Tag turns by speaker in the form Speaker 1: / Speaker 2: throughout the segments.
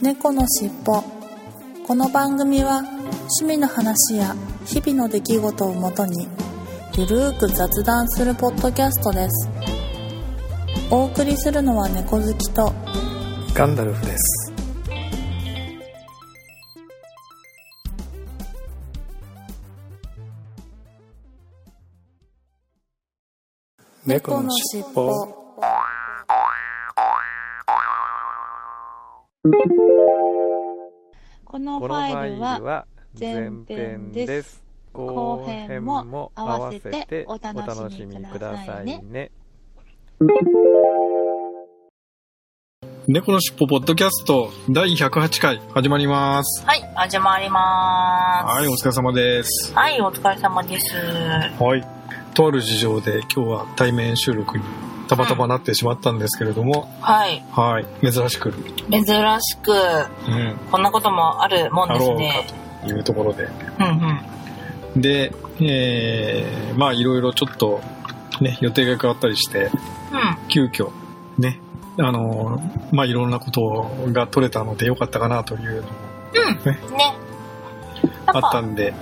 Speaker 1: 猫のしっぽこの番組は趣味の話や日々の出来事をもとにゆるーく雑談するポッドキャストですお送りするのは猫好きと
Speaker 2: ガンダルフです。猫のしっぽ。
Speaker 3: こ
Speaker 4: この
Speaker 3: のフ
Speaker 4: フ
Speaker 3: ァ
Speaker 4: ァ
Speaker 3: イ
Speaker 4: イ
Speaker 3: ル
Speaker 4: ル
Speaker 3: は
Speaker 4: は前編です。後編も合わせてお楽しみくださいね。
Speaker 5: 猫のしっぽポッドキャスト第108回始まります。
Speaker 3: はい始まりま
Speaker 5: はい、お疲れ様です
Speaker 3: す。はいお疲れ様です
Speaker 5: はい。とある事情で今日は対面収録にたまたまなってしまったんですけれども、
Speaker 3: はい
Speaker 5: はい、珍しく、
Speaker 3: 珍しく
Speaker 5: うん、
Speaker 3: こんなこともあるもん
Speaker 5: あ
Speaker 3: です
Speaker 5: ろう
Speaker 3: ね
Speaker 5: かというところで。
Speaker 3: うんうん
Speaker 5: で、えー、まあいろいろちょっとね、予定が変わったりして、急遽、ね、あのー、まあいろんなことが取れたのでよかったかなというのも
Speaker 3: うんねやっ
Speaker 5: あった
Speaker 3: ぱ
Speaker 5: んで、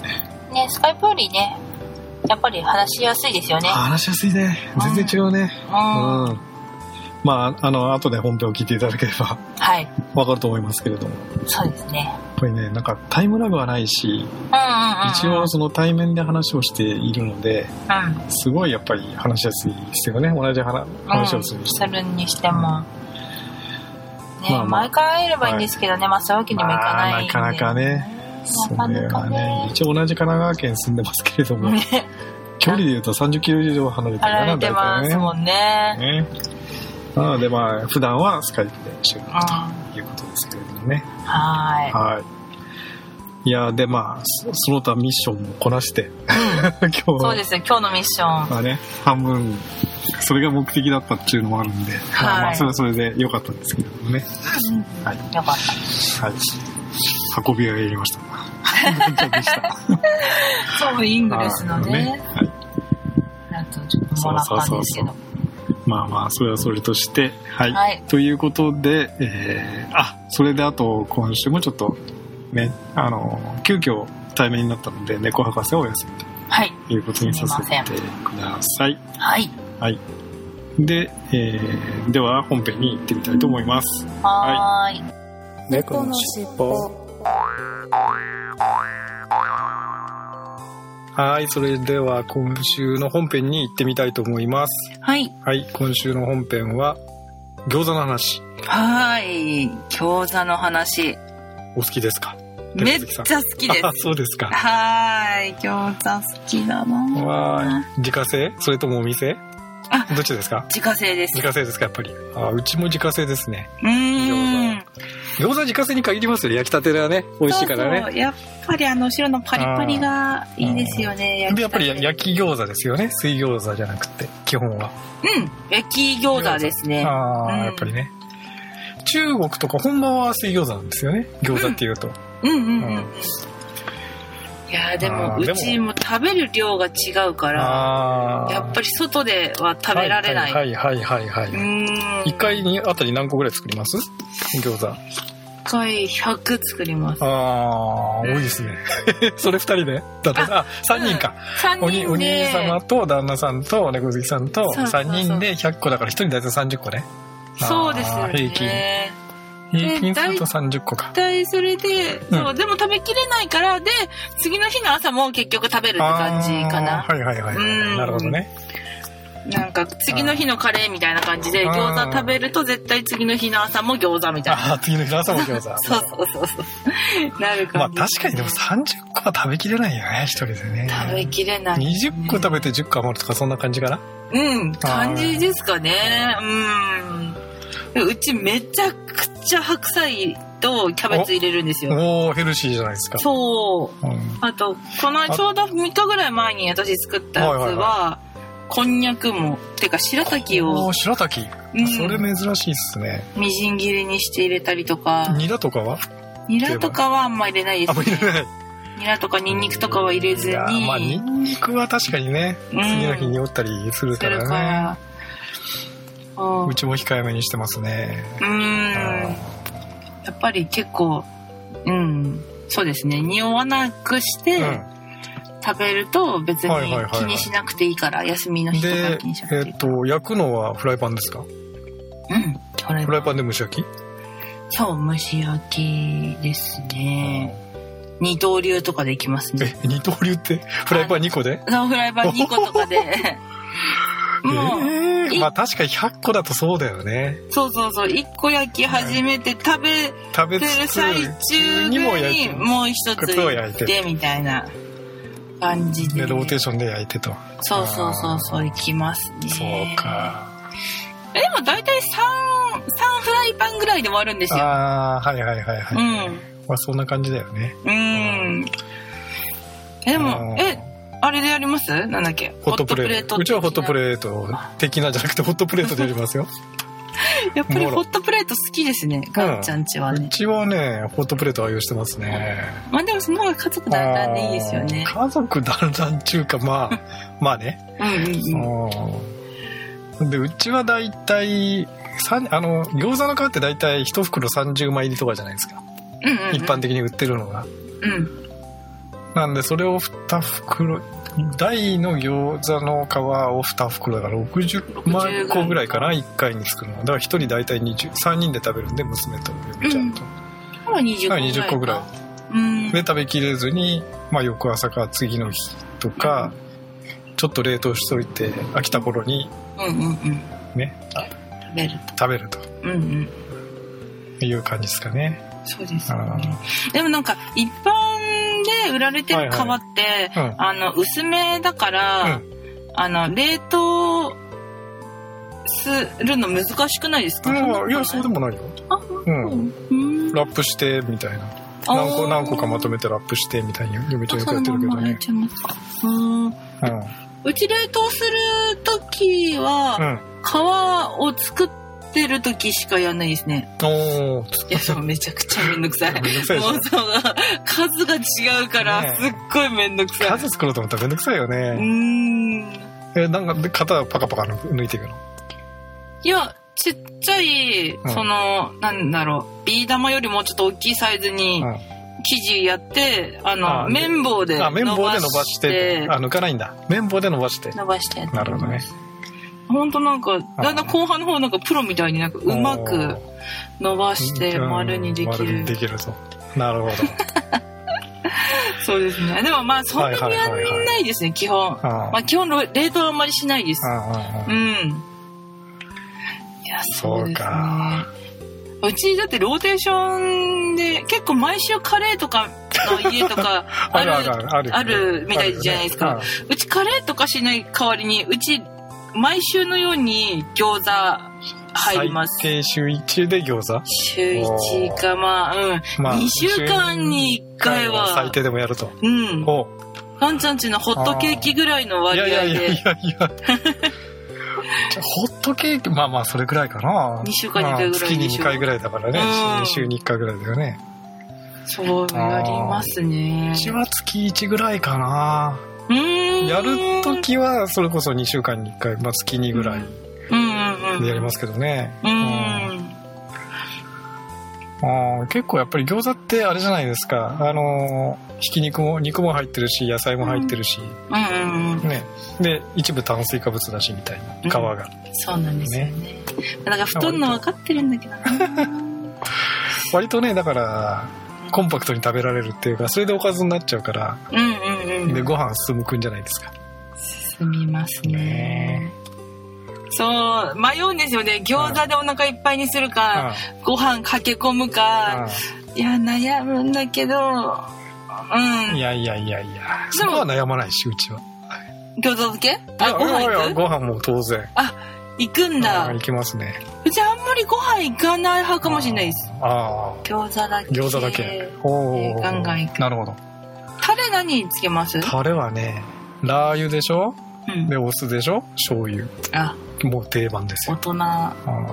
Speaker 3: ねスカイプよりねやっぱり話しやすいですよね
Speaker 5: 話しやすいね。全然違うね。
Speaker 3: うん
Speaker 5: うんまあ、あの、後で本編を聞いていただければ
Speaker 3: はい
Speaker 5: わかると思いますけれども。や
Speaker 3: そうですね
Speaker 5: っぱりね、なんかタイムラグはないし、
Speaker 3: うんうんうん
Speaker 5: 一応その対面で話をしているので、
Speaker 3: う
Speaker 5: すごいやっぱり話しやすいですよね。同じ話話
Speaker 3: んう
Speaker 5: を
Speaker 3: ん
Speaker 5: する
Speaker 3: するにしてもね、
Speaker 5: まあまあ
Speaker 3: 毎回会えればいいんですけどね、まあそういうわけにもいかないんで、
Speaker 5: まあなかなかね
Speaker 3: なかなかね
Speaker 5: 一応同じ神奈川県住んでますけれども、
Speaker 3: ね
Speaker 5: 距離で言うと30キロ以上離れてる
Speaker 3: や
Speaker 5: からな、
Speaker 3: れて
Speaker 5: 大
Speaker 3: ますも
Speaker 5: 体
Speaker 3: んね。
Speaker 5: ね。ねなのでまあ、普段はスカイプで収録
Speaker 3: うん、
Speaker 5: ということですけれどもね。
Speaker 3: は
Speaker 5: はい。いや、で、まあ、そその他ミッションもこなして、 今日
Speaker 3: い。そうで
Speaker 5: は、
Speaker 3: すよ、今日のミッション。
Speaker 5: まあね、半分、それが目的だったっていうのもあるんで、まあま
Speaker 3: は
Speaker 5: あ、
Speaker 3: い
Speaker 5: それはそれで良かったんですけどもね。はい。
Speaker 3: よかっ
Speaker 5: はい。運びがやりま した。運びした。
Speaker 3: た。そう、イングレスのね、
Speaker 5: はい。
Speaker 3: やつをちょっともらったんですけど。
Speaker 5: まあまあ、それはそれとして、はい。
Speaker 3: はい
Speaker 5: ということで、えー、あ、それであと、今週もちょっと、ね、あの、急遽対面になったので、猫博士はお休みと。
Speaker 3: はい。
Speaker 5: ということにさせてください。
Speaker 3: はい。
Speaker 5: はい。で、えー、では本編に行ってみたいと思います。
Speaker 3: はーい。
Speaker 2: 猫
Speaker 1: 猫
Speaker 2: の
Speaker 1: の
Speaker 2: し
Speaker 1: し
Speaker 2: っ
Speaker 1: っ
Speaker 2: ぽ。
Speaker 1: ぽ
Speaker 5: はい、それでは今週の本編に行ってみたいと思います。
Speaker 3: はい。
Speaker 5: はい、今週の本編は、餃子の話、
Speaker 3: はーい。餃子の話。
Speaker 5: お好きですか
Speaker 3: めっちゃ好 きです
Speaker 5: あ。そうですか。
Speaker 3: はーい。餃子好きだな。
Speaker 5: わーい自家製それともお店
Speaker 3: あ
Speaker 5: どっちですか
Speaker 3: 自家製です。
Speaker 5: 自家製ですかやっぱり。あ、うちも自家製ですね。
Speaker 3: うーん。
Speaker 5: 餃子自家製に限りますよ。焼きたてだね。美味しいからね。
Speaker 3: そうそうやっぱりあの後ろのパリパリがいいですよね。
Speaker 5: でやっぱり
Speaker 3: きたて
Speaker 5: 焼き餃子ですよね水餃子じゃなくて基本は
Speaker 3: うん、焼き餃子ですね。
Speaker 5: ああ、
Speaker 3: うん
Speaker 5: やっぱりね中国とか本場は水餃子なんですよね餃子っていうと、
Speaker 3: うんうんうん。
Speaker 5: うん
Speaker 3: いやーでも
Speaker 5: あーで
Speaker 3: う
Speaker 5: も
Speaker 3: ちも食べる量が違うから、
Speaker 5: ああ
Speaker 3: やっぱり外では食べられない。
Speaker 5: はいはいはいはい、
Speaker 3: う
Speaker 5: はい
Speaker 3: ーん。
Speaker 5: 1回にあたり何個ぐらい作ります餃子あ
Speaker 3: 一回100作ります。
Speaker 5: あー多いですね それ2人でだってあ三3人か、
Speaker 3: 3
Speaker 5: おにお
Speaker 3: 人
Speaker 5: 兄
Speaker 3: で。
Speaker 5: 様と旦那さんと猫好きさんと
Speaker 3: そうそうそう
Speaker 5: 3人で100個だから1人大体30個ね
Speaker 3: そうです
Speaker 5: あー平均
Speaker 3: ね。
Speaker 5: 平均すると30個か
Speaker 3: 絶対それで、
Speaker 5: うん
Speaker 3: そう、でも食べきれないから、で、次の日の朝も結局食べるって感じか
Speaker 5: あ
Speaker 3: な。
Speaker 5: ーはいはいはい、
Speaker 3: うん
Speaker 5: なるほどね
Speaker 3: なんか、次の日のカレーみたいな感じで、
Speaker 5: あー
Speaker 3: 餃子食べると絶対次の日の朝も餃子みたいな。
Speaker 5: ああ次の日の朝も餃子
Speaker 3: そうそうそうそう。なる
Speaker 5: ま
Speaker 3: か
Speaker 5: あ確かにでも30個は食べきれないよね一人でね
Speaker 3: 食べきれない。
Speaker 5: 20個食べて10個余るとかそんな感じかな
Speaker 3: うん、感じですかね。うん。うちめちゃくちゃ白菜とキャベツ入れるんですよ。
Speaker 5: おおヘルシーじゃないですか
Speaker 3: そう。
Speaker 5: うん、
Speaker 3: あと、このちょうど3日ぐらい前に私作ったやつは、
Speaker 5: はいはい
Speaker 3: こんにゃくも、てか白滝
Speaker 5: お
Speaker 3: を
Speaker 5: お、白滝、
Speaker 3: うん
Speaker 5: それ珍しいっすね
Speaker 3: みじん切りにして入れたりとか、
Speaker 5: ニラとかは
Speaker 3: ニラとかはあんま入れないで
Speaker 5: あん
Speaker 3: す
Speaker 5: まり
Speaker 3: ね
Speaker 5: 入。れない
Speaker 3: ニラとかニンニクとかは入れず
Speaker 5: い
Speaker 3: に、
Speaker 5: やーまあニンニクは確かにね
Speaker 3: うん
Speaker 5: 次の日におったりする
Speaker 3: す
Speaker 5: か
Speaker 3: るから
Speaker 5: ね、
Speaker 3: ら。うん
Speaker 5: うちも控えめにしてますね
Speaker 3: うーん。やっぱり結構うんそうですね匂わなくして、食べると別
Speaker 5: はいはいはいは
Speaker 3: に
Speaker 5: い
Speaker 3: 気にしなくていいから、休みの日とか
Speaker 5: で
Speaker 3: 気にしな、
Speaker 5: え
Speaker 3: くていい
Speaker 5: っ
Speaker 3: から、
Speaker 5: と、焼くのはフライパンですか
Speaker 3: うんフライ
Speaker 5: フライパンで蒸し焼き
Speaker 3: そう蒸し焼きですね、二刀流とかできますね
Speaker 5: え、二刀流って、フライパン2個で
Speaker 3: そうフライパン2個とか でもう、
Speaker 5: ええ
Speaker 3: い
Speaker 5: まあ確かに100個だとそうだよね。
Speaker 3: そうそうそう1個焼き始めて食べ
Speaker 5: 食べ
Speaker 3: て
Speaker 5: つ
Speaker 3: る
Speaker 5: つ、
Speaker 3: 最中ぐらいにもう一ついってみたいな感じで
Speaker 5: で、ローテーションで焼いてと。
Speaker 3: そうそうそうそういきますね
Speaker 5: そうか。
Speaker 3: えでも大体三三フライパンぐらいで終わるんですよ
Speaker 5: ああ、はいはいはいうはい。
Speaker 3: ん
Speaker 5: まあそんな感じだよね。
Speaker 3: うんえで
Speaker 5: う
Speaker 3: も
Speaker 5: ん
Speaker 3: えあれでやりますなんだっけ
Speaker 5: ホットプレート。うちはホットプ
Speaker 3: ー
Speaker 5: レート的なじゃなくてホットプレートでやりますよ。
Speaker 3: トやっぱり
Speaker 5: もろ
Speaker 3: ホットプレート好きですねガンちゃんち は
Speaker 5: う
Speaker 3: ね
Speaker 5: ちはね、ホットプレート愛用してますね。
Speaker 3: まあでもその方が家族団らんでいいですよね
Speaker 5: あー家族団らん中か、ま あ、まあね。
Speaker 3: うんうんうん
Speaker 5: うんで、うちはだいたい、さんあの、餃子の皮ってだいたい一袋30枚入りとかじゃないですか。
Speaker 3: うんうんうん
Speaker 5: 一般的に売ってるのが。
Speaker 3: うん
Speaker 5: なんで、それを2袋、大の餃子の皮を2袋だから60万個ぐらいかな、1回に作るのは。だから1人だいたい20、3人で食べるんで、娘と、ゆみちゃんと。
Speaker 3: ほら20個ぐら
Speaker 5: はいい、20個ぐらい。
Speaker 3: うん
Speaker 5: で食べきれずに、まあ、翌朝か次の日とか、ちょっと冷凍しといて飽きた頃に
Speaker 3: うんうんうん
Speaker 5: ねあ
Speaker 3: 食べる
Speaker 5: 食べると
Speaker 3: とうんうん
Speaker 5: いう感じですかね。
Speaker 3: そうです
Speaker 5: あ
Speaker 3: よ
Speaker 5: ー
Speaker 3: ねでもなんか一般で売られてる皮って、
Speaker 5: はうん
Speaker 3: あの薄めだから、
Speaker 5: う
Speaker 3: あの冷凍するの難しくないですか、
Speaker 5: うん、いやそうでもないよ、
Speaker 3: あ
Speaker 5: うん、
Speaker 3: うん
Speaker 5: ラップしてみたいな
Speaker 3: あー
Speaker 5: 何個何個かまとめてラップしてみたいに嫁ちゃんよくやってるけど
Speaker 3: あそのまま入っ
Speaker 5: ね、
Speaker 3: ちゃいますかうん
Speaker 5: うん
Speaker 3: うち冷凍する時
Speaker 5: う
Speaker 3: は、
Speaker 5: ん、
Speaker 3: 皮を作ってる時しかやんないですね
Speaker 5: おー
Speaker 3: いや、そう、めちゃくちゃめんどくさい。
Speaker 5: めん
Speaker 3: も
Speaker 5: どくさいでしょ
Speaker 3: うそう、数が違うから、
Speaker 5: ね
Speaker 3: す
Speaker 5: え
Speaker 3: っごいめんどくさい。
Speaker 5: 数作ろうと思ったらめんどくさいよ
Speaker 3: うー
Speaker 5: ね、
Speaker 3: ん。
Speaker 5: えなんかで型パカパカ抜いていくの
Speaker 3: いや、ちっちゃい、
Speaker 5: ん
Speaker 3: その、なんだろう、ビー玉よりもうちょっと大きいサイズに
Speaker 5: うん、
Speaker 3: 生地やって、あの、
Speaker 5: あ
Speaker 3: 綿棒で
Speaker 5: あ
Speaker 3: 伸
Speaker 5: 綿
Speaker 3: ばして。
Speaker 5: 棒で伸ばしてあ抜かないんだ綿棒で伸ばして
Speaker 3: 伸ばしてやって
Speaker 5: なるほどね。
Speaker 3: ほんとなんか、だんだん後半の方なんかプロみたいになんかうま
Speaker 5: お
Speaker 3: く
Speaker 5: ー
Speaker 3: 伸ばして丸にでき
Speaker 5: 丸に
Speaker 3: る
Speaker 5: で。きるぞな るほど
Speaker 3: そうですね。でもまあそんなにやんないですね、基本。
Speaker 5: あ
Speaker 3: まあ基本冷凍はあんまりしないです
Speaker 5: あ。ああ
Speaker 3: うん。いや、そう
Speaker 5: そう
Speaker 3: ですね。
Speaker 5: か
Speaker 3: うちだってローテーションで結構毎週カレーとかの家 とかあ
Speaker 5: あ
Speaker 3: る
Speaker 5: る
Speaker 3: あ
Speaker 5: あ
Speaker 3: る
Speaker 5: るあるあるよね
Speaker 3: みたいじゃないです
Speaker 5: ある
Speaker 3: か、
Speaker 5: よね
Speaker 3: うちカレーとかしない代わりにうち毎週のように餃子入ります
Speaker 5: 最低週1で餃子
Speaker 3: 週1かまあうん、
Speaker 5: まあ
Speaker 3: 2週間に1回は
Speaker 5: 最低でもやると
Speaker 3: うん
Speaker 5: おう
Speaker 3: ワンちゃんちのホットケーキぐらいの
Speaker 5: い
Speaker 3: 割合
Speaker 5: やいやいやいや
Speaker 3: で
Speaker 5: いや ホットケーキまあまあそれくらいかな
Speaker 3: 二週間に一回ぐらいでし
Speaker 5: まあ月に2回ぐらいだ
Speaker 3: ょ
Speaker 5: からね
Speaker 3: うん
Speaker 5: 2週に1回ぐらいだよね
Speaker 3: そうやりますね
Speaker 5: うちは月1ぐらいかな
Speaker 3: うーん
Speaker 5: やるときはそれこそ2週間に1回、まあ、月2ぐらい
Speaker 3: うんうんうん
Speaker 5: でやりますけどね
Speaker 3: う
Speaker 5: うん
Speaker 3: ん
Speaker 5: あー結構やっぱり餃子ってあれじゃないですかあのーひき肉も肉も入ってるし野菜も入ってるし、
Speaker 3: うんうんうん
Speaker 5: ねで一部炭水化物だしみたいな皮が、
Speaker 3: そうなんですよね。なんか太るの分かってるんだけどな。
Speaker 5: 割とねだからコンパクトに食べられるっていうかそれでおかずになっちゃうから、
Speaker 3: うんうんう
Speaker 5: で
Speaker 3: ん。
Speaker 5: ご飯進むくんじゃないですか
Speaker 3: 進みますね
Speaker 5: ね。
Speaker 3: そう、迷うんですよね。餃子でお腹いっぱいにするか、ご飯駆け込むか、
Speaker 5: う
Speaker 3: いや、悩むんだけど、うん
Speaker 5: んうんい。やいやいやいやそこは悩まないしうちは
Speaker 3: 餃子漬けあ、ご飯
Speaker 5: いやいや
Speaker 3: 行く
Speaker 5: ご飯も当然
Speaker 3: 行くん
Speaker 5: う
Speaker 3: だ
Speaker 5: ん行。きますね
Speaker 3: うちあんまりご飯行かない派かもしれないです。
Speaker 5: あーあ
Speaker 3: 餃子だけ。
Speaker 5: ー餃子だけ
Speaker 3: え
Speaker 5: お
Speaker 3: ー
Speaker 5: お
Speaker 3: ガンガン行く
Speaker 5: なるほど
Speaker 3: タレ何つけます
Speaker 5: タレはねラー油でしょ
Speaker 3: うん
Speaker 5: でお酢でしょ醤油
Speaker 3: あ、
Speaker 5: もう定番です
Speaker 3: 大
Speaker 5: よ
Speaker 3: 人。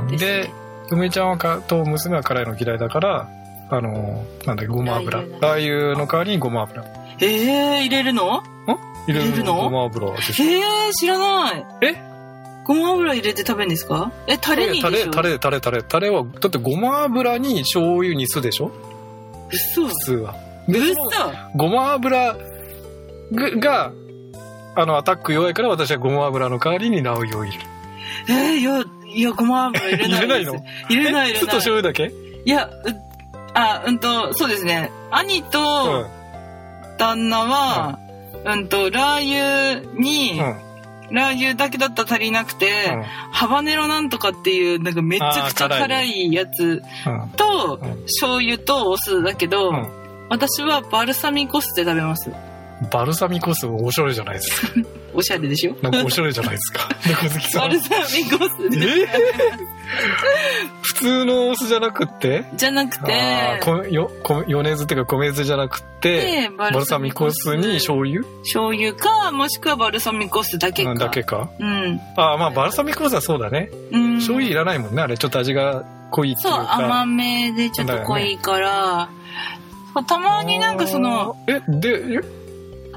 Speaker 5: うん
Speaker 3: ですね
Speaker 5: で梅ちゃんはかと娘は辛いの嫌いだからあのーなんだっけごま油
Speaker 3: ラー
Speaker 5: ラー油の代わりにごま油
Speaker 3: えー、入れるの
Speaker 5: 入れ
Speaker 3: 入れる
Speaker 5: る
Speaker 3: の
Speaker 5: ごま油でしょ
Speaker 3: えー、知らない。
Speaker 5: え
Speaker 3: ごま油入れて食べるんですかえ、 タレに
Speaker 5: タレ、タレ、タレ、タレ、タレは、だってごま油に醤油に酢でしょ
Speaker 3: 嘘
Speaker 5: 普通は。
Speaker 3: 嘘
Speaker 5: ごま油が、があの、アタック弱いから私はごま油の代わりにラー油を入れる。
Speaker 3: えー、いや、いや、ごま油入れない
Speaker 5: 入れないの
Speaker 3: 入れない、入れない。
Speaker 5: 酢と醤油だけ
Speaker 3: いや、うあ、うんと、そうですね。兄と旦那は、うん、うんと、ラー油に、
Speaker 5: うん。
Speaker 3: ラー油だけだったら足りなくて、
Speaker 5: うん
Speaker 3: ハバネロなんとかっていう、なんかめちゃくちゃ
Speaker 5: あー辛
Speaker 3: 辛いやつ
Speaker 5: うん。
Speaker 3: と、
Speaker 5: うん
Speaker 3: 醤油とお酢だけど、
Speaker 5: ん
Speaker 3: 私はバルサミコ酢で食べます。
Speaker 5: バルサミコ酢もおしゃれじゃないですか。
Speaker 3: おしゃれでしょ
Speaker 5: なんかおしゃれじゃないです か。猫好きさ
Speaker 3: バ
Speaker 5: ん
Speaker 3: ル。サミコ酢
Speaker 5: え
Speaker 3: で
Speaker 5: ー普通のお酢じゃなくって
Speaker 3: じゃなく
Speaker 5: あ
Speaker 3: て
Speaker 5: ー、こよこ米酢っていうか米酢じゃなくって
Speaker 3: で
Speaker 5: バルサミコ酢に醤油
Speaker 3: 醤油か、もしくはバルサミコ酢だけか。
Speaker 5: だけか
Speaker 3: うん。
Speaker 5: あーまあバルサミコ酢はそうだね
Speaker 3: うん。
Speaker 5: 醤油いらないもんねあれちょっと味が濃いってい
Speaker 3: そうう、甘
Speaker 5: か
Speaker 3: めでちょっと濃いから、そうたまになんかその、
Speaker 5: あーえでえ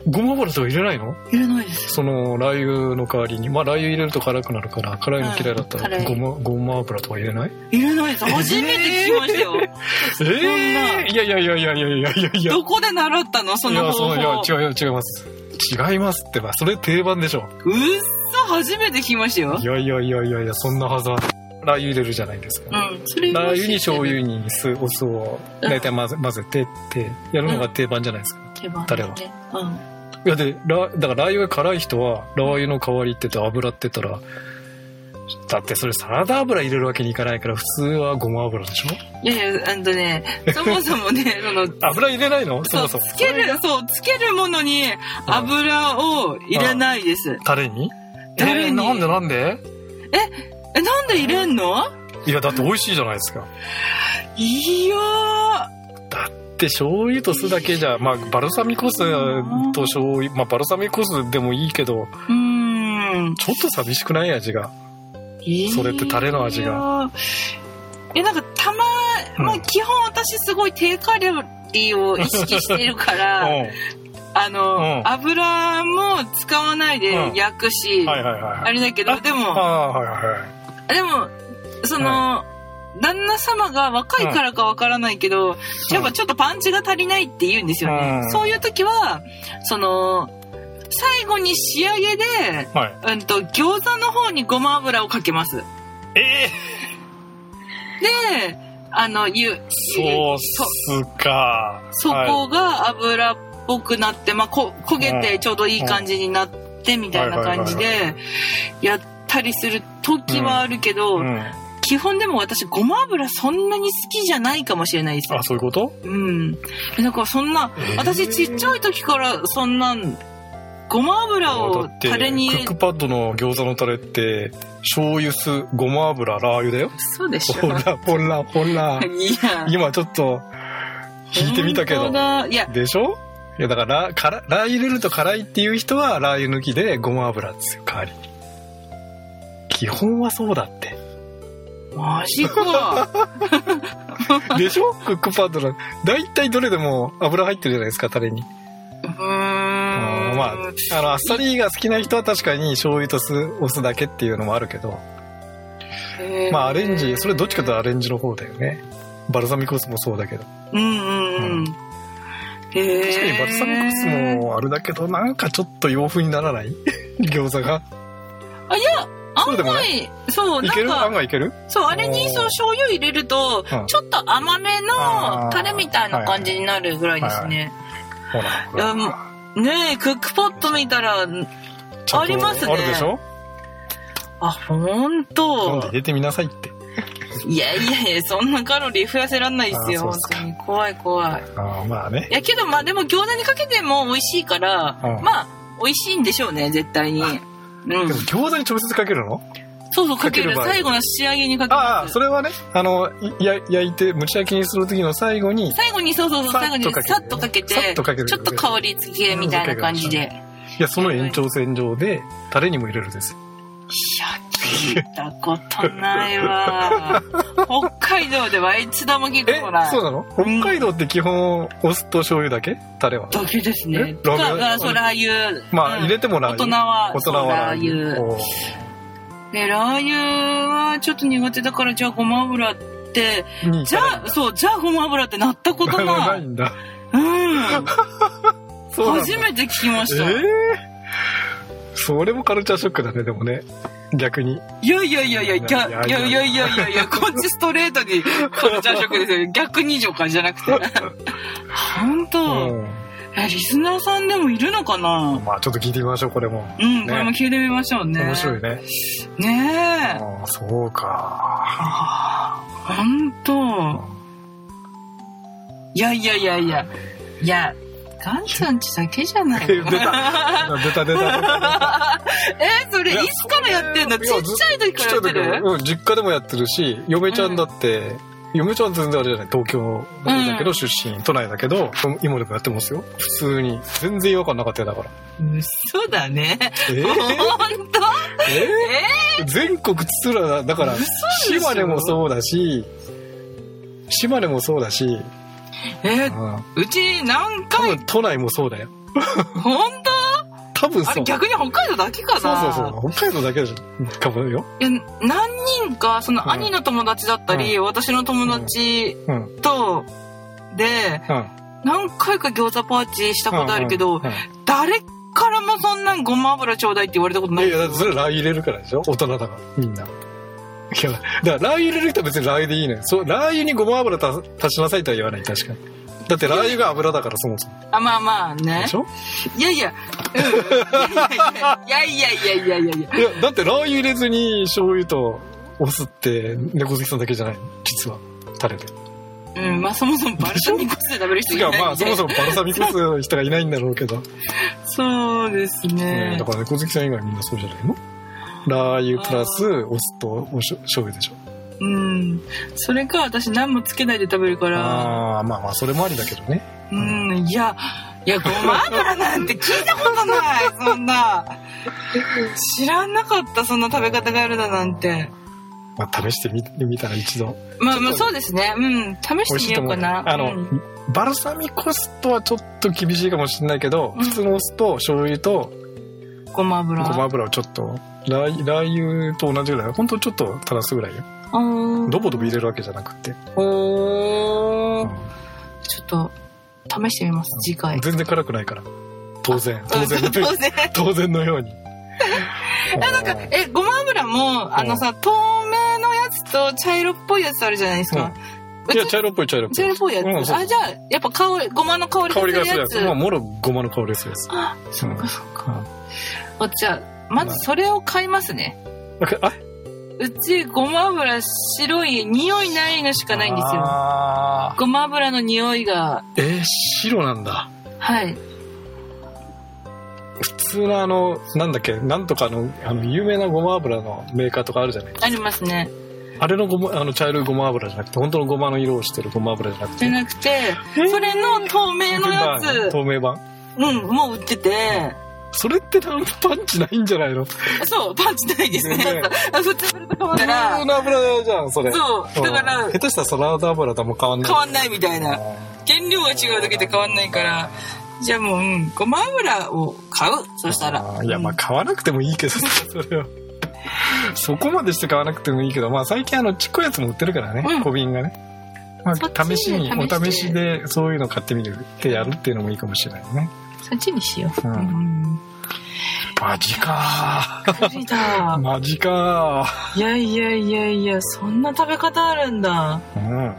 Speaker 5: ごま油とか入れないの
Speaker 3: いらないです。
Speaker 5: そのラー油の代わりにまあラー油入れると辛くなるから辛いの嫌いだったら
Speaker 3: うん
Speaker 5: ご
Speaker 3: 辛い
Speaker 5: まごま油とか入れない
Speaker 3: いらないです。初めて聞きましたよ。
Speaker 5: えー、いやいやいやいやいやいやいやいや
Speaker 3: どこで習ったのそ
Speaker 5: い
Speaker 3: の
Speaker 5: や
Speaker 3: 方
Speaker 5: そうい
Speaker 3: 法。うっ
Speaker 5: や違うよ違います違いますってばそれ定番でしょ
Speaker 3: そ、初めて聞きましたよ
Speaker 5: い。やいやいやいやいやそんなはずはラー油入れるじゃないですか、
Speaker 3: うん。それ
Speaker 5: ラー
Speaker 3: は知って
Speaker 5: 油に醤油
Speaker 3: る
Speaker 5: に酢お酢を大体混ぜ混ぜてってやるのが定番じゃないですか、
Speaker 3: 手羽ね
Speaker 5: タレは
Speaker 3: うん。
Speaker 5: いやでラだからラー油が辛い人はラー油の代わりって言って油って言ったらだってそれサラダ油入れるわけにいかないから普通はごま油でしょ
Speaker 3: いやいや、あのね、そもそもね、その、
Speaker 5: 油入れないのそ
Speaker 3: そ
Speaker 5: も
Speaker 3: う、
Speaker 5: そも
Speaker 3: つける、そう、つけるものに油を入れないです。
Speaker 5: タレに
Speaker 3: タレに
Speaker 5: えーなんでなんで
Speaker 3: え、なんで入れんの
Speaker 5: いやだって美味しいじゃないですか
Speaker 3: いやー。
Speaker 5: で醤油と酢だけじゃまあバルサミコ酢と醤油まあバルサミコ酢でもいいけど
Speaker 3: うーん。
Speaker 5: ちょっと寂しくない味がそれってタレの味
Speaker 3: が。え、なんかたま、まあ
Speaker 5: うん
Speaker 3: 基本私すごい低カロリーを意識しているから、
Speaker 5: う
Speaker 3: あ
Speaker 5: う
Speaker 3: の、
Speaker 5: ん
Speaker 3: 油も使わないで焼くし、
Speaker 5: んはいはいはい
Speaker 3: あれだけど、で
Speaker 5: あ
Speaker 3: も、
Speaker 5: あはいはいはい
Speaker 3: でも、その、旦那様が若いからかわからないけど、やっぱちょっとパンチが足りないって言うんですよね。
Speaker 5: うん
Speaker 3: そういう時は、その、最後に仕上げで、
Speaker 5: はい
Speaker 3: うんと、餃子の方にごま油をかけます。
Speaker 5: え
Speaker 3: で、あの、ゆ、
Speaker 5: そうっすか
Speaker 3: そこが油っぽくなって、まあ、こ焦げてちょうどいい感じになってみたいな感じ
Speaker 5: は
Speaker 3: でやったりする時はあるけど、
Speaker 5: うん、
Speaker 3: 基本でも私ごま油そんなに好きじゃないかもしれないです
Speaker 5: あそういうこと
Speaker 3: うんだからそんな
Speaker 5: えー
Speaker 3: 私ちっちゃい時からそんなんごま油を
Speaker 5: だって
Speaker 3: タ レに
Speaker 5: ク
Speaker 3: 入
Speaker 5: ッ
Speaker 3: れ
Speaker 5: クパッドの餃子のタレって醤油酢ごま油ラー油だよ
Speaker 3: そうでしょ
Speaker 5: ほらほらほら
Speaker 3: いや
Speaker 5: 今ちょっと引いてみたけど
Speaker 3: 本当だいや
Speaker 5: でしょいやだからラからラー油入れると辛いっていう人はラー油抜きでごま油ですよ代わりに基本はそうだって
Speaker 3: マジ か
Speaker 5: でしょクックパッドの大体どれでも油入ってるじゃないですかタレに
Speaker 3: うーん
Speaker 5: うんまあ、あの、あっさりが好きな人は確かに醤油と酢、お酢だけっていうのもあるけど、
Speaker 3: へー
Speaker 5: まあアレンジ、それどっちかというとアレンジの方だよね。バルサミコ酢もそうだけど。
Speaker 3: うんうんうん。へえ。
Speaker 5: 確かにバルサミコ酢もあれだけど、なんかちょっと洋風にならない 餃子が。
Speaker 3: あ、いや、
Speaker 5: そう
Speaker 3: 案
Speaker 5: でもな
Speaker 3: 外、そう、
Speaker 5: い
Speaker 3: な
Speaker 5: け
Speaker 3: ん
Speaker 5: る案
Speaker 3: か、
Speaker 5: 外いける
Speaker 3: そう、あれにその醤油入れる
Speaker 5: う、
Speaker 3: と
Speaker 5: ん
Speaker 3: ちょっと甘め
Speaker 5: あー
Speaker 3: のタレみたいな感じになるぐらいですね。
Speaker 5: ほら、ほら
Speaker 3: いやねえ、クックパッド見たら、
Speaker 5: ちゃんと
Speaker 3: ありますね
Speaker 5: あるでしょ
Speaker 3: あ、ほん
Speaker 5: 今度
Speaker 3: と
Speaker 5: 入。れてみなさいって。
Speaker 3: いやいやいや、そんなカロリー増やせらんないですよ、
Speaker 5: あー
Speaker 3: 本
Speaker 5: そうっすか
Speaker 3: 当に。怖い怖い。
Speaker 5: ああまあね
Speaker 3: い。やけど、まあでも餃子にかけても美味しいから、
Speaker 5: うん
Speaker 3: まあ、美味しいんでしょうね、絶対に。うん
Speaker 5: でも。餃子に直接かけるの
Speaker 3: そうそう、かけ
Speaker 5: かける
Speaker 3: る。
Speaker 5: 場合
Speaker 3: 最後の仕上げにかけ
Speaker 5: ああ、
Speaker 3: ます
Speaker 5: そ。れはね、あの、いや焼いて蒸し焼きにする時の最後に、
Speaker 3: 最後に、そうそうそう、
Speaker 5: さっ
Speaker 3: 最後に
Speaker 5: とかけて
Speaker 3: さっとかけて、
Speaker 5: さっとかける
Speaker 3: ちょっと香り付けみたいな感じで。いや、
Speaker 5: いや、その延長線上で、タレにも入れるんですよ
Speaker 3: 聞いたことない わ。北海道ではいつでも聞
Speaker 5: え
Speaker 3: くほら。
Speaker 5: そうなの北
Speaker 3: ん
Speaker 5: 海道って基本お酢と醤油だけタレは
Speaker 3: だけです
Speaker 5: え
Speaker 3: ね。
Speaker 5: ラーメン
Speaker 3: が、そう、ラー油。
Speaker 5: まあ、
Speaker 3: うん
Speaker 5: 入れてもらう
Speaker 3: 大人は、
Speaker 5: 大人は
Speaker 3: そうラ
Speaker 5: ラー
Speaker 3: ー油。
Speaker 5: 油おー
Speaker 3: えラー油はちょっと苦手だからじゃあごま油って
Speaker 5: に
Speaker 3: じゃあそうじゃあごま油ってなったことな
Speaker 5: ないいんだ。
Speaker 3: う
Speaker 5: そ
Speaker 3: ん
Speaker 5: うなんだ
Speaker 3: 初めて聞きま
Speaker 5: え
Speaker 3: した、
Speaker 5: ーそれもカルチャーショックだね、でもね。逆に。
Speaker 3: いやいやいやいや、
Speaker 5: い
Speaker 3: ぎゃ
Speaker 5: や
Speaker 3: い
Speaker 5: い
Speaker 3: や
Speaker 5: や
Speaker 3: いやいやいやいやこっちストレートにカルチャーショックですよ。逆に以かじゃなく て。本当、
Speaker 5: う。
Speaker 3: え、リスナーさんでもいるのかなん
Speaker 5: まあちょっと聞いてみましょう、これも。
Speaker 3: うん、
Speaker 5: ね
Speaker 3: これも聞いてみましょうね。
Speaker 5: 面白い。ね。
Speaker 3: ねえ。
Speaker 5: ああ、そう か。
Speaker 3: 本当いやいやいやいや。いや、ガンちゃんちだけじゃない
Speaker 5: 出た。出た出た。
Speaker 3: え、それいつからやってんの
Speaker 5: い
Speaker 3: ちっ
Speaker 5: やず
Speaker 3: ちゃい時からやって
Speaker 5: ちっちゃい
Speaker 3: る
Speaker 5: 時うん、実家でもやってるし、嫁ちゃんだって、嫁ちゃん全然あれじゃない、東京だけど、
Speaker 3: うん
Speaker 5: 出身、都内だけど、今でもやってますよ。普通に。全然違和感なかったよ、だから。
Speaker 3: 嘘だね。
Speaker 5: え ー、
Speaker 3: 本当
Speaker 5: えー全国津々浦々だから
Speaker 3: しょ
Speaker 5: 島根もそうだし島根もそうだし、
Speaker 3: え
Speaker 5: う、ん、
Speaker 3: うち何
Speaker 5: 多
Speaker 3: 回
Speaker 5: 分都内もそうだよ
Speaker 3: 本当
Speaker 5: 多分
Speaker 3: あ
Speaker 5: そ
Speaker 3: れ
Speaker 5: う
Speaker 3: 逆に北海道だけか
Speaker 5: そう
Speaker 3: な
Speaker 5: そうそう北海道だけかもよ、
Speaker 3: いや何人かその兄の友達だったり、私の友達
Speaker 5: うんうん、
Speaker 3: と、で何回か餃子パーティーしたことあるけど、
Speaker 5: うんうん
Speaker 3: 誰からもそんなんごま油ちょうだいって言われたこと
Speaker 5: うん
Speaker 3: ないい
Speaker 5: やいやそれラー油入れるからでしょ大人だからみんないやだからラー油入れる人は別にラー油でいいのよそうラー油にごま油足足しなさいとは言わない確かにだってラー油が油だからそもそも
Speaker 3: あまあまあね
Speaker 5: でしょ
Speaker 3: いやいや、うん、いやいやいやいやいやいやいやいや
Speaker 5: いや、だってラー油入れずに醤油とお酢って猫好きさんだけじゃない実は。タレで。
Speaker 3: うんまあそもそもバルサミコ酢で食べる人
Speaker 5: て
Speaker 3: いない
Speaker 5: か
Speaker 3: んで
Speaker 5: まあそもそもバルサミコ酢の人がいないんだろうけど。
Speaker 3: そうです
Speaker 5: うん
Speaker 3: ね
Speaker 5: だから猫好きさん以外みんなそうじゃないのラー油プラスお酢とおしょ醤油でしょ。
Speaker 3: うんそれか私何もつけないで食べるから
Speaker 5: ああ、まあまあそれもありだけどね。
Speaker 3: うん、いや、いや、ごま油なんて聞いたことない、そんな。知らなかった、そんな食べ方があるだなんて。
Speaker 5: まあ試してみみたら一度
Speaker 3: まあ、まあ、そうですね。うん、試
Speaker 5: 美味
Speaker 3: して
Speaker 5: し
Speaker 3: み
Speaker 5: いと
Speaker 3: よ
Speaker 5: 思
Speaker 3: うか
Speaker 5: う、ね。
Speaker 3: な。
Speaker 5: あ
Speaker 3: う
Speaker 5: の
Speaker 3: ん、、
Speaker 5: バルサミコ酢とはちょっと厳しいかもしれないけど、
Speaker 3: うん
Speaker 5: 普通のお酢と醤油と
Speaker 3: ごま
Speaker 5: ご
Speaker 3: 油。
Speaker 5: ま油をちょっと、ラーラー油と同じぐらい。ほんとちょっと垂らすぐらいよ。
Speaker 3: うん
Speaker 5: ドボドボ入れるわけじゃなくて、
Speaker 3: お
Speaker 5: うん
Speaker 3: ーちょっと、試してみます、次回。
Speaker 5: 全然辛くないから当然当然
Speaker 3: うん 当然。
Speaker 5: 当然の ように
Speaker 3: なんか、え、ごま油も、あのさ、透明のやつと茶色っぽいやつあるじゃないですか。う
Speaker 5: いや
Speaker 3: ち
Speaker 5: 茶色っぽい茶色っぽ
Speaker 3: 茶
Speaker 5: い
Speaker 3: 色っぽいや
Speaker 5: うん
Speaker 3: つ。
Speaker 5: そう
Speaker 3: あ、じゃあ、やっぱ香り、ごまの香りが
Speaker 5: 香
Speaker 3: す
Speaker 5: り
Speaker 3: る
Speaker 5: がする
Speaker 3: や
Speaker 5: や
Speaker 3: つ
Speaker 5: つ。まあもろごまの香りでするやつ
Speaker 3: あ、そっ
Speaker 5: う
Speaker 3: か
Speaker 5: ん
Speaker 3: そっか。おじゃあ、まずそれを買いますね。
Speaker 5: あ
Speaker 3: うち、ごま油白い、匂いないのしかないんですよ。
Speaker 5: よ
Speaker 3: ごま油の匂いが、
Speaker 5: えー、白なんだ
Speaker 3: はい。
Speaker 5: 普通のあのなんだっけなんとかのあの有名なごま油のメーカーとかあるじゃない
Speaker 3: ありますね。
Speaker 5: あれのごまあの茶色いごま油じゃなくて本当のごまの色をしてるごま油じゃなく
Speaker 3: じゃ
Speaker 5: て
Speaker 3: なくて、それの透明のやつ、
Speaker 5: 透明版
Speaker 3: うん、もう売ってて、
Speaker 5: それってなんパンチないんじゃないの普
Speaker 3: そう、パンチないですね。
Speaker 5: ねえ
Speaker 3: 普通の油だから
Speaker 5: 通、の油じゃんそれ
Speaker 3: そう、だから
Speaker 5: うん下、手したらサラダ油とも変わんない
Speaker 3: 変わんないみたいな。原料が違うだけで変わんないから、じゃあもう、うん、ごま油を買う。そしたら
Speaker 5: あ。ーいやまあ買わなくてもいいけど さそれはそこまでして買わなくてもいいけどまあ最近あのちっこいやつも売ってるからね、
Speaker 3: うん
Speaker 5: 小瓶がね、ま
Speaker 3: そっ
Speaker 5: あ、試
Speaker 3: ち
Speaker 5: しに
Speaker 3: 試して
Speaker 5: お試しでそういうの買ってみるってやるっていうのもいいかもしれないね
Speaker 3: そっちにしよう。
Speaker 5: うん
Speaker 3: ん。
Speaker 5: マジか
Speaker 3: 無理だ
Speaker 5: ー。マジか
Speaker 3: いやいやいやいや、そんな食べ方あるんだ。
Speaker 5: ーうん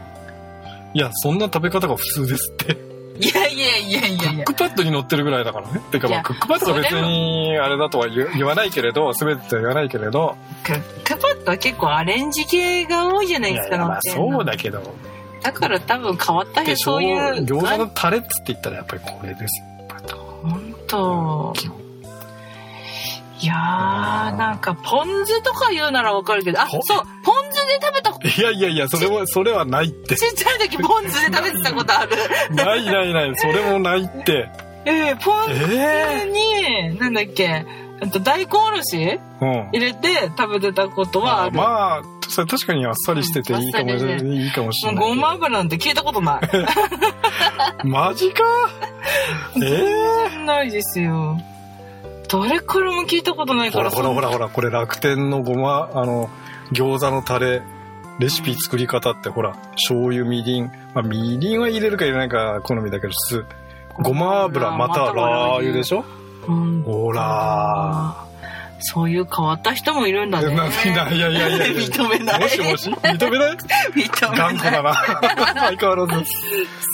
Speaker 5: いやそんな食べ方が普通ですってク
Speaker 3: いやいやいやいやい
Speaker 5: ッ。
Speaker 3: や
Speaker 5: クパッドに乗ってるぐらいだからねてか
Speaker 3: い
Speaker 5: ま
Speaker 3: や
Speaker 5: あクックパッドが別にあれだとは言う言わないけれど全てとは言わないけれど
Speaker 3: クックパッドは結構アレンジ系が多いじゃない
Speaker 5: い
Speaker 3: で
Speaker 5: や
Speaker 3: す
Speaker 5: い
Speaker 3: か、
Speaker 5: やま
Speaker 3: な
Speaker 5: あ
Speaker 3: んて
Speaker 5: そうだけど
Speaker 3: だから多分変わった
Speaker 5: で
Speaker 3: 人、
Speaker 5: しょ
Speaker 3: そういう。
Speaker 5: 餃子のタレっつって言ったらやっぱりこれですよやっぱり
Speaker 3: 本当
Speaker 5: 基
Speaker 3: いやー、なんか、ポン酢とか言うならわかるけど、あ、そ
Speaker 5: ほ
Speaker 3: う、ポン酢で食べたこと、
Speaker 5: いやいやいや、それは、それはないって。
Speaker 3: ちっちゃい 時ポン酢で食べてたことある。
Speaker 5: ないないない、それもないって。
Speaker 3: ええポン
Speaker 5: え
Speaker 3: 酢
Speaker 5: え
Speaker 3: に、なんだっけ、あと大根おろし
Speaker 5: うん。
Speaker 3: 入れて食べてたことはある。
Speaker 5: まあ、それ確かにあっさりしてていいかもし
Speaker 3: あっ
Speaker 5: れ
Speaker 3: さ
Speaker 5: ない。いいかもし
Speaker 3: も
Speaker 5: れ
Speaker 3: う
Speaker 5: ないけど。
Speaker 3: ごま油なんて聞いたこ とない。
Speaker 5: マジかええ
Speaker 3: ないですよ。誰からも聞いたことない
Speaker 5: ほ
Speaker 3: からら
Speaker 5: ほらほらほらこれ楽天のごまあの餃子のタレレシピ作り方ってほら醤油みりん、まあ、みりんは入れるか入れないか好みだけど普通ごま油またラー油でしょ
Speaker 3: うん
Speaker 5: ほら
Speaker 3: そういう変わった人もいるんだ
Speaker 5: い
Speaker 3: ね
Speaker 5: やいやいやいや
Speaker 3: 認めない
Speaker 5: もしもし認めない
Speaker 3: 認めな
Speaker 5: 頑
Speaker 3: い
Speaker 5: 固 だな相変わらず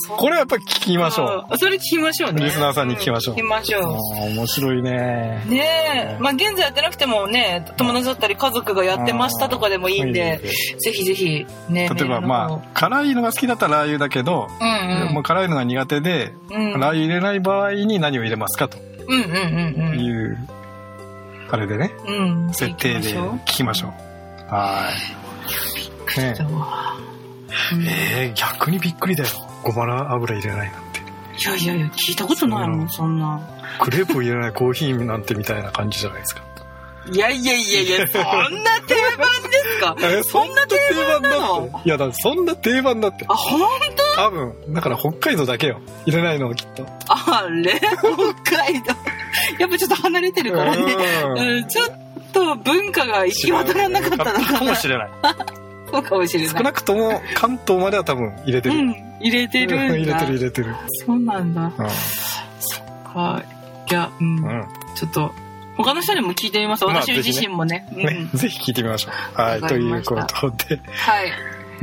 Speaker 5: これはやっぱ聞きましょう
Speaker 3: あそれ聞きましょうね
Speaker 5: リスナーさんに聞きましょう
Speaker 3: 聞きまし
Speaker 5: あ
Speaker 3: ょ
Speaker 5: ー面白いね
Speaker 3: うねえまあ現在やってなくてもね友達だったり家族がやってましたとかでもいいんでぜひぜひね
Speaker 5: 例えばまあ辛いのが好きだったらラー油だけど、
Speaker 3: あ
Speaker 5: もう辛いのが苦手で、
Speaker 3: うんうんう
Speaker 5: ラ
Speaker 3: ん
Speaker 5: ー油入れない場合に何を入れますかと
Speaker 3: うんうんうん
Speaker 5: いう、あれでね
Speaker 3: うんうん
Speaker 5: 設定で聞きましょうはーい、ね
Speaker 3: そう
Speaker 5: えー逆にびっくりだよごまら油入れないなんて
Speaker 3: いやいやいや聞いたことないもんそんな
Speaker 5: クレープを入れないコーヒーなんてみたいな感じじゃないですか
Speaker 3: いやいやいやいやそんな定番ですか
Speaker 5: え
Speaker 3: そんな定番なの
Speaker 5: いやだってそんな定番だって
Speaker 3: あほん
Speaker 5: 多分だから北海道だけよ入れないのがきっと
Speaker 3: あれ北海道やっぱちょっと離れてるからね
Speaker 5: うん
Speaker 3: うんちょっと文化が行き渡らなかったの
Speaker 5: か
Speaker 3: か
Speaker 5: も
Speaker 3: な
Speaker 5: しれない
Speaker 3: そうかもしれない
Speaker 5: 少なくとも関東までは多分入れてる、
Speaker 3: うん入れてるんだ
Speaker 5: 入れてる入れてる
Speaker 3: そうなんだ
Speaker 5: うん
Speaker 3: はいいやうん、
Speaker 5: うん
Speaker 3: ちょっと他の人にも聞いてみます
Speaker 5: まあ
Speaker 3: 私自身もね,、
Speaker 5: ね、ぜひ聞いてみましょう。はい、
Speaker 3: わ
Speaker 5: と
Speaker 3: かり
Speaker 5: い
Speaker 3: ま
Speaker 5: う
Speaker 3: した
Speaker 5: ことで、
Speaker 3: うんはい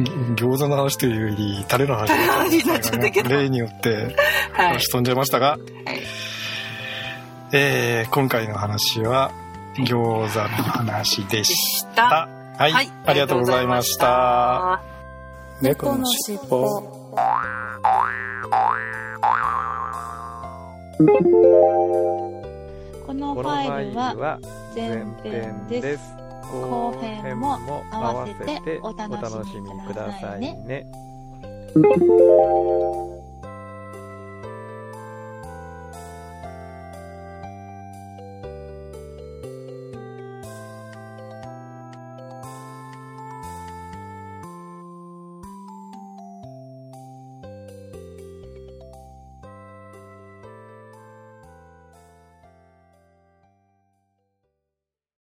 Speaker 5: 餃子の話というより、タレの話。
Speaker 3: タレの話になっちゃったけど
Speaker 5: 例によって、
Speaker 3: はい
Speaker 5: 話飛んじゃいましたが、えー今回の話は、餃子の話で
Speaker 3: で
Speaker 5: し
Speaker 3: した
Speaker 5: た。はい、
Speaker 3: はい
Speaker 5: ありがとうございました。
Speaker 2: 猫
Speaker 1: 猫
Speaker 2: の
Speaker 1: の
Speaker 2: しっ
Speaker 1: しっ
Speaker 2: ぽ
Speaker 1: ぽ。
Speaker 6: このフ
Speaker 4: このファ
Speaker 6: ァ
Speaker 4: イ
Speaker 6: イル
Speaker 4: ル
Speaker 6: は
Speaker 4: は
Speaker 6: 前
Speaker 4: 前編
Speaker 6: 編
Speaker 4: で
Speaker 6: ですす。
Speaker 4: 後編も合わせてお楽しみくださいね。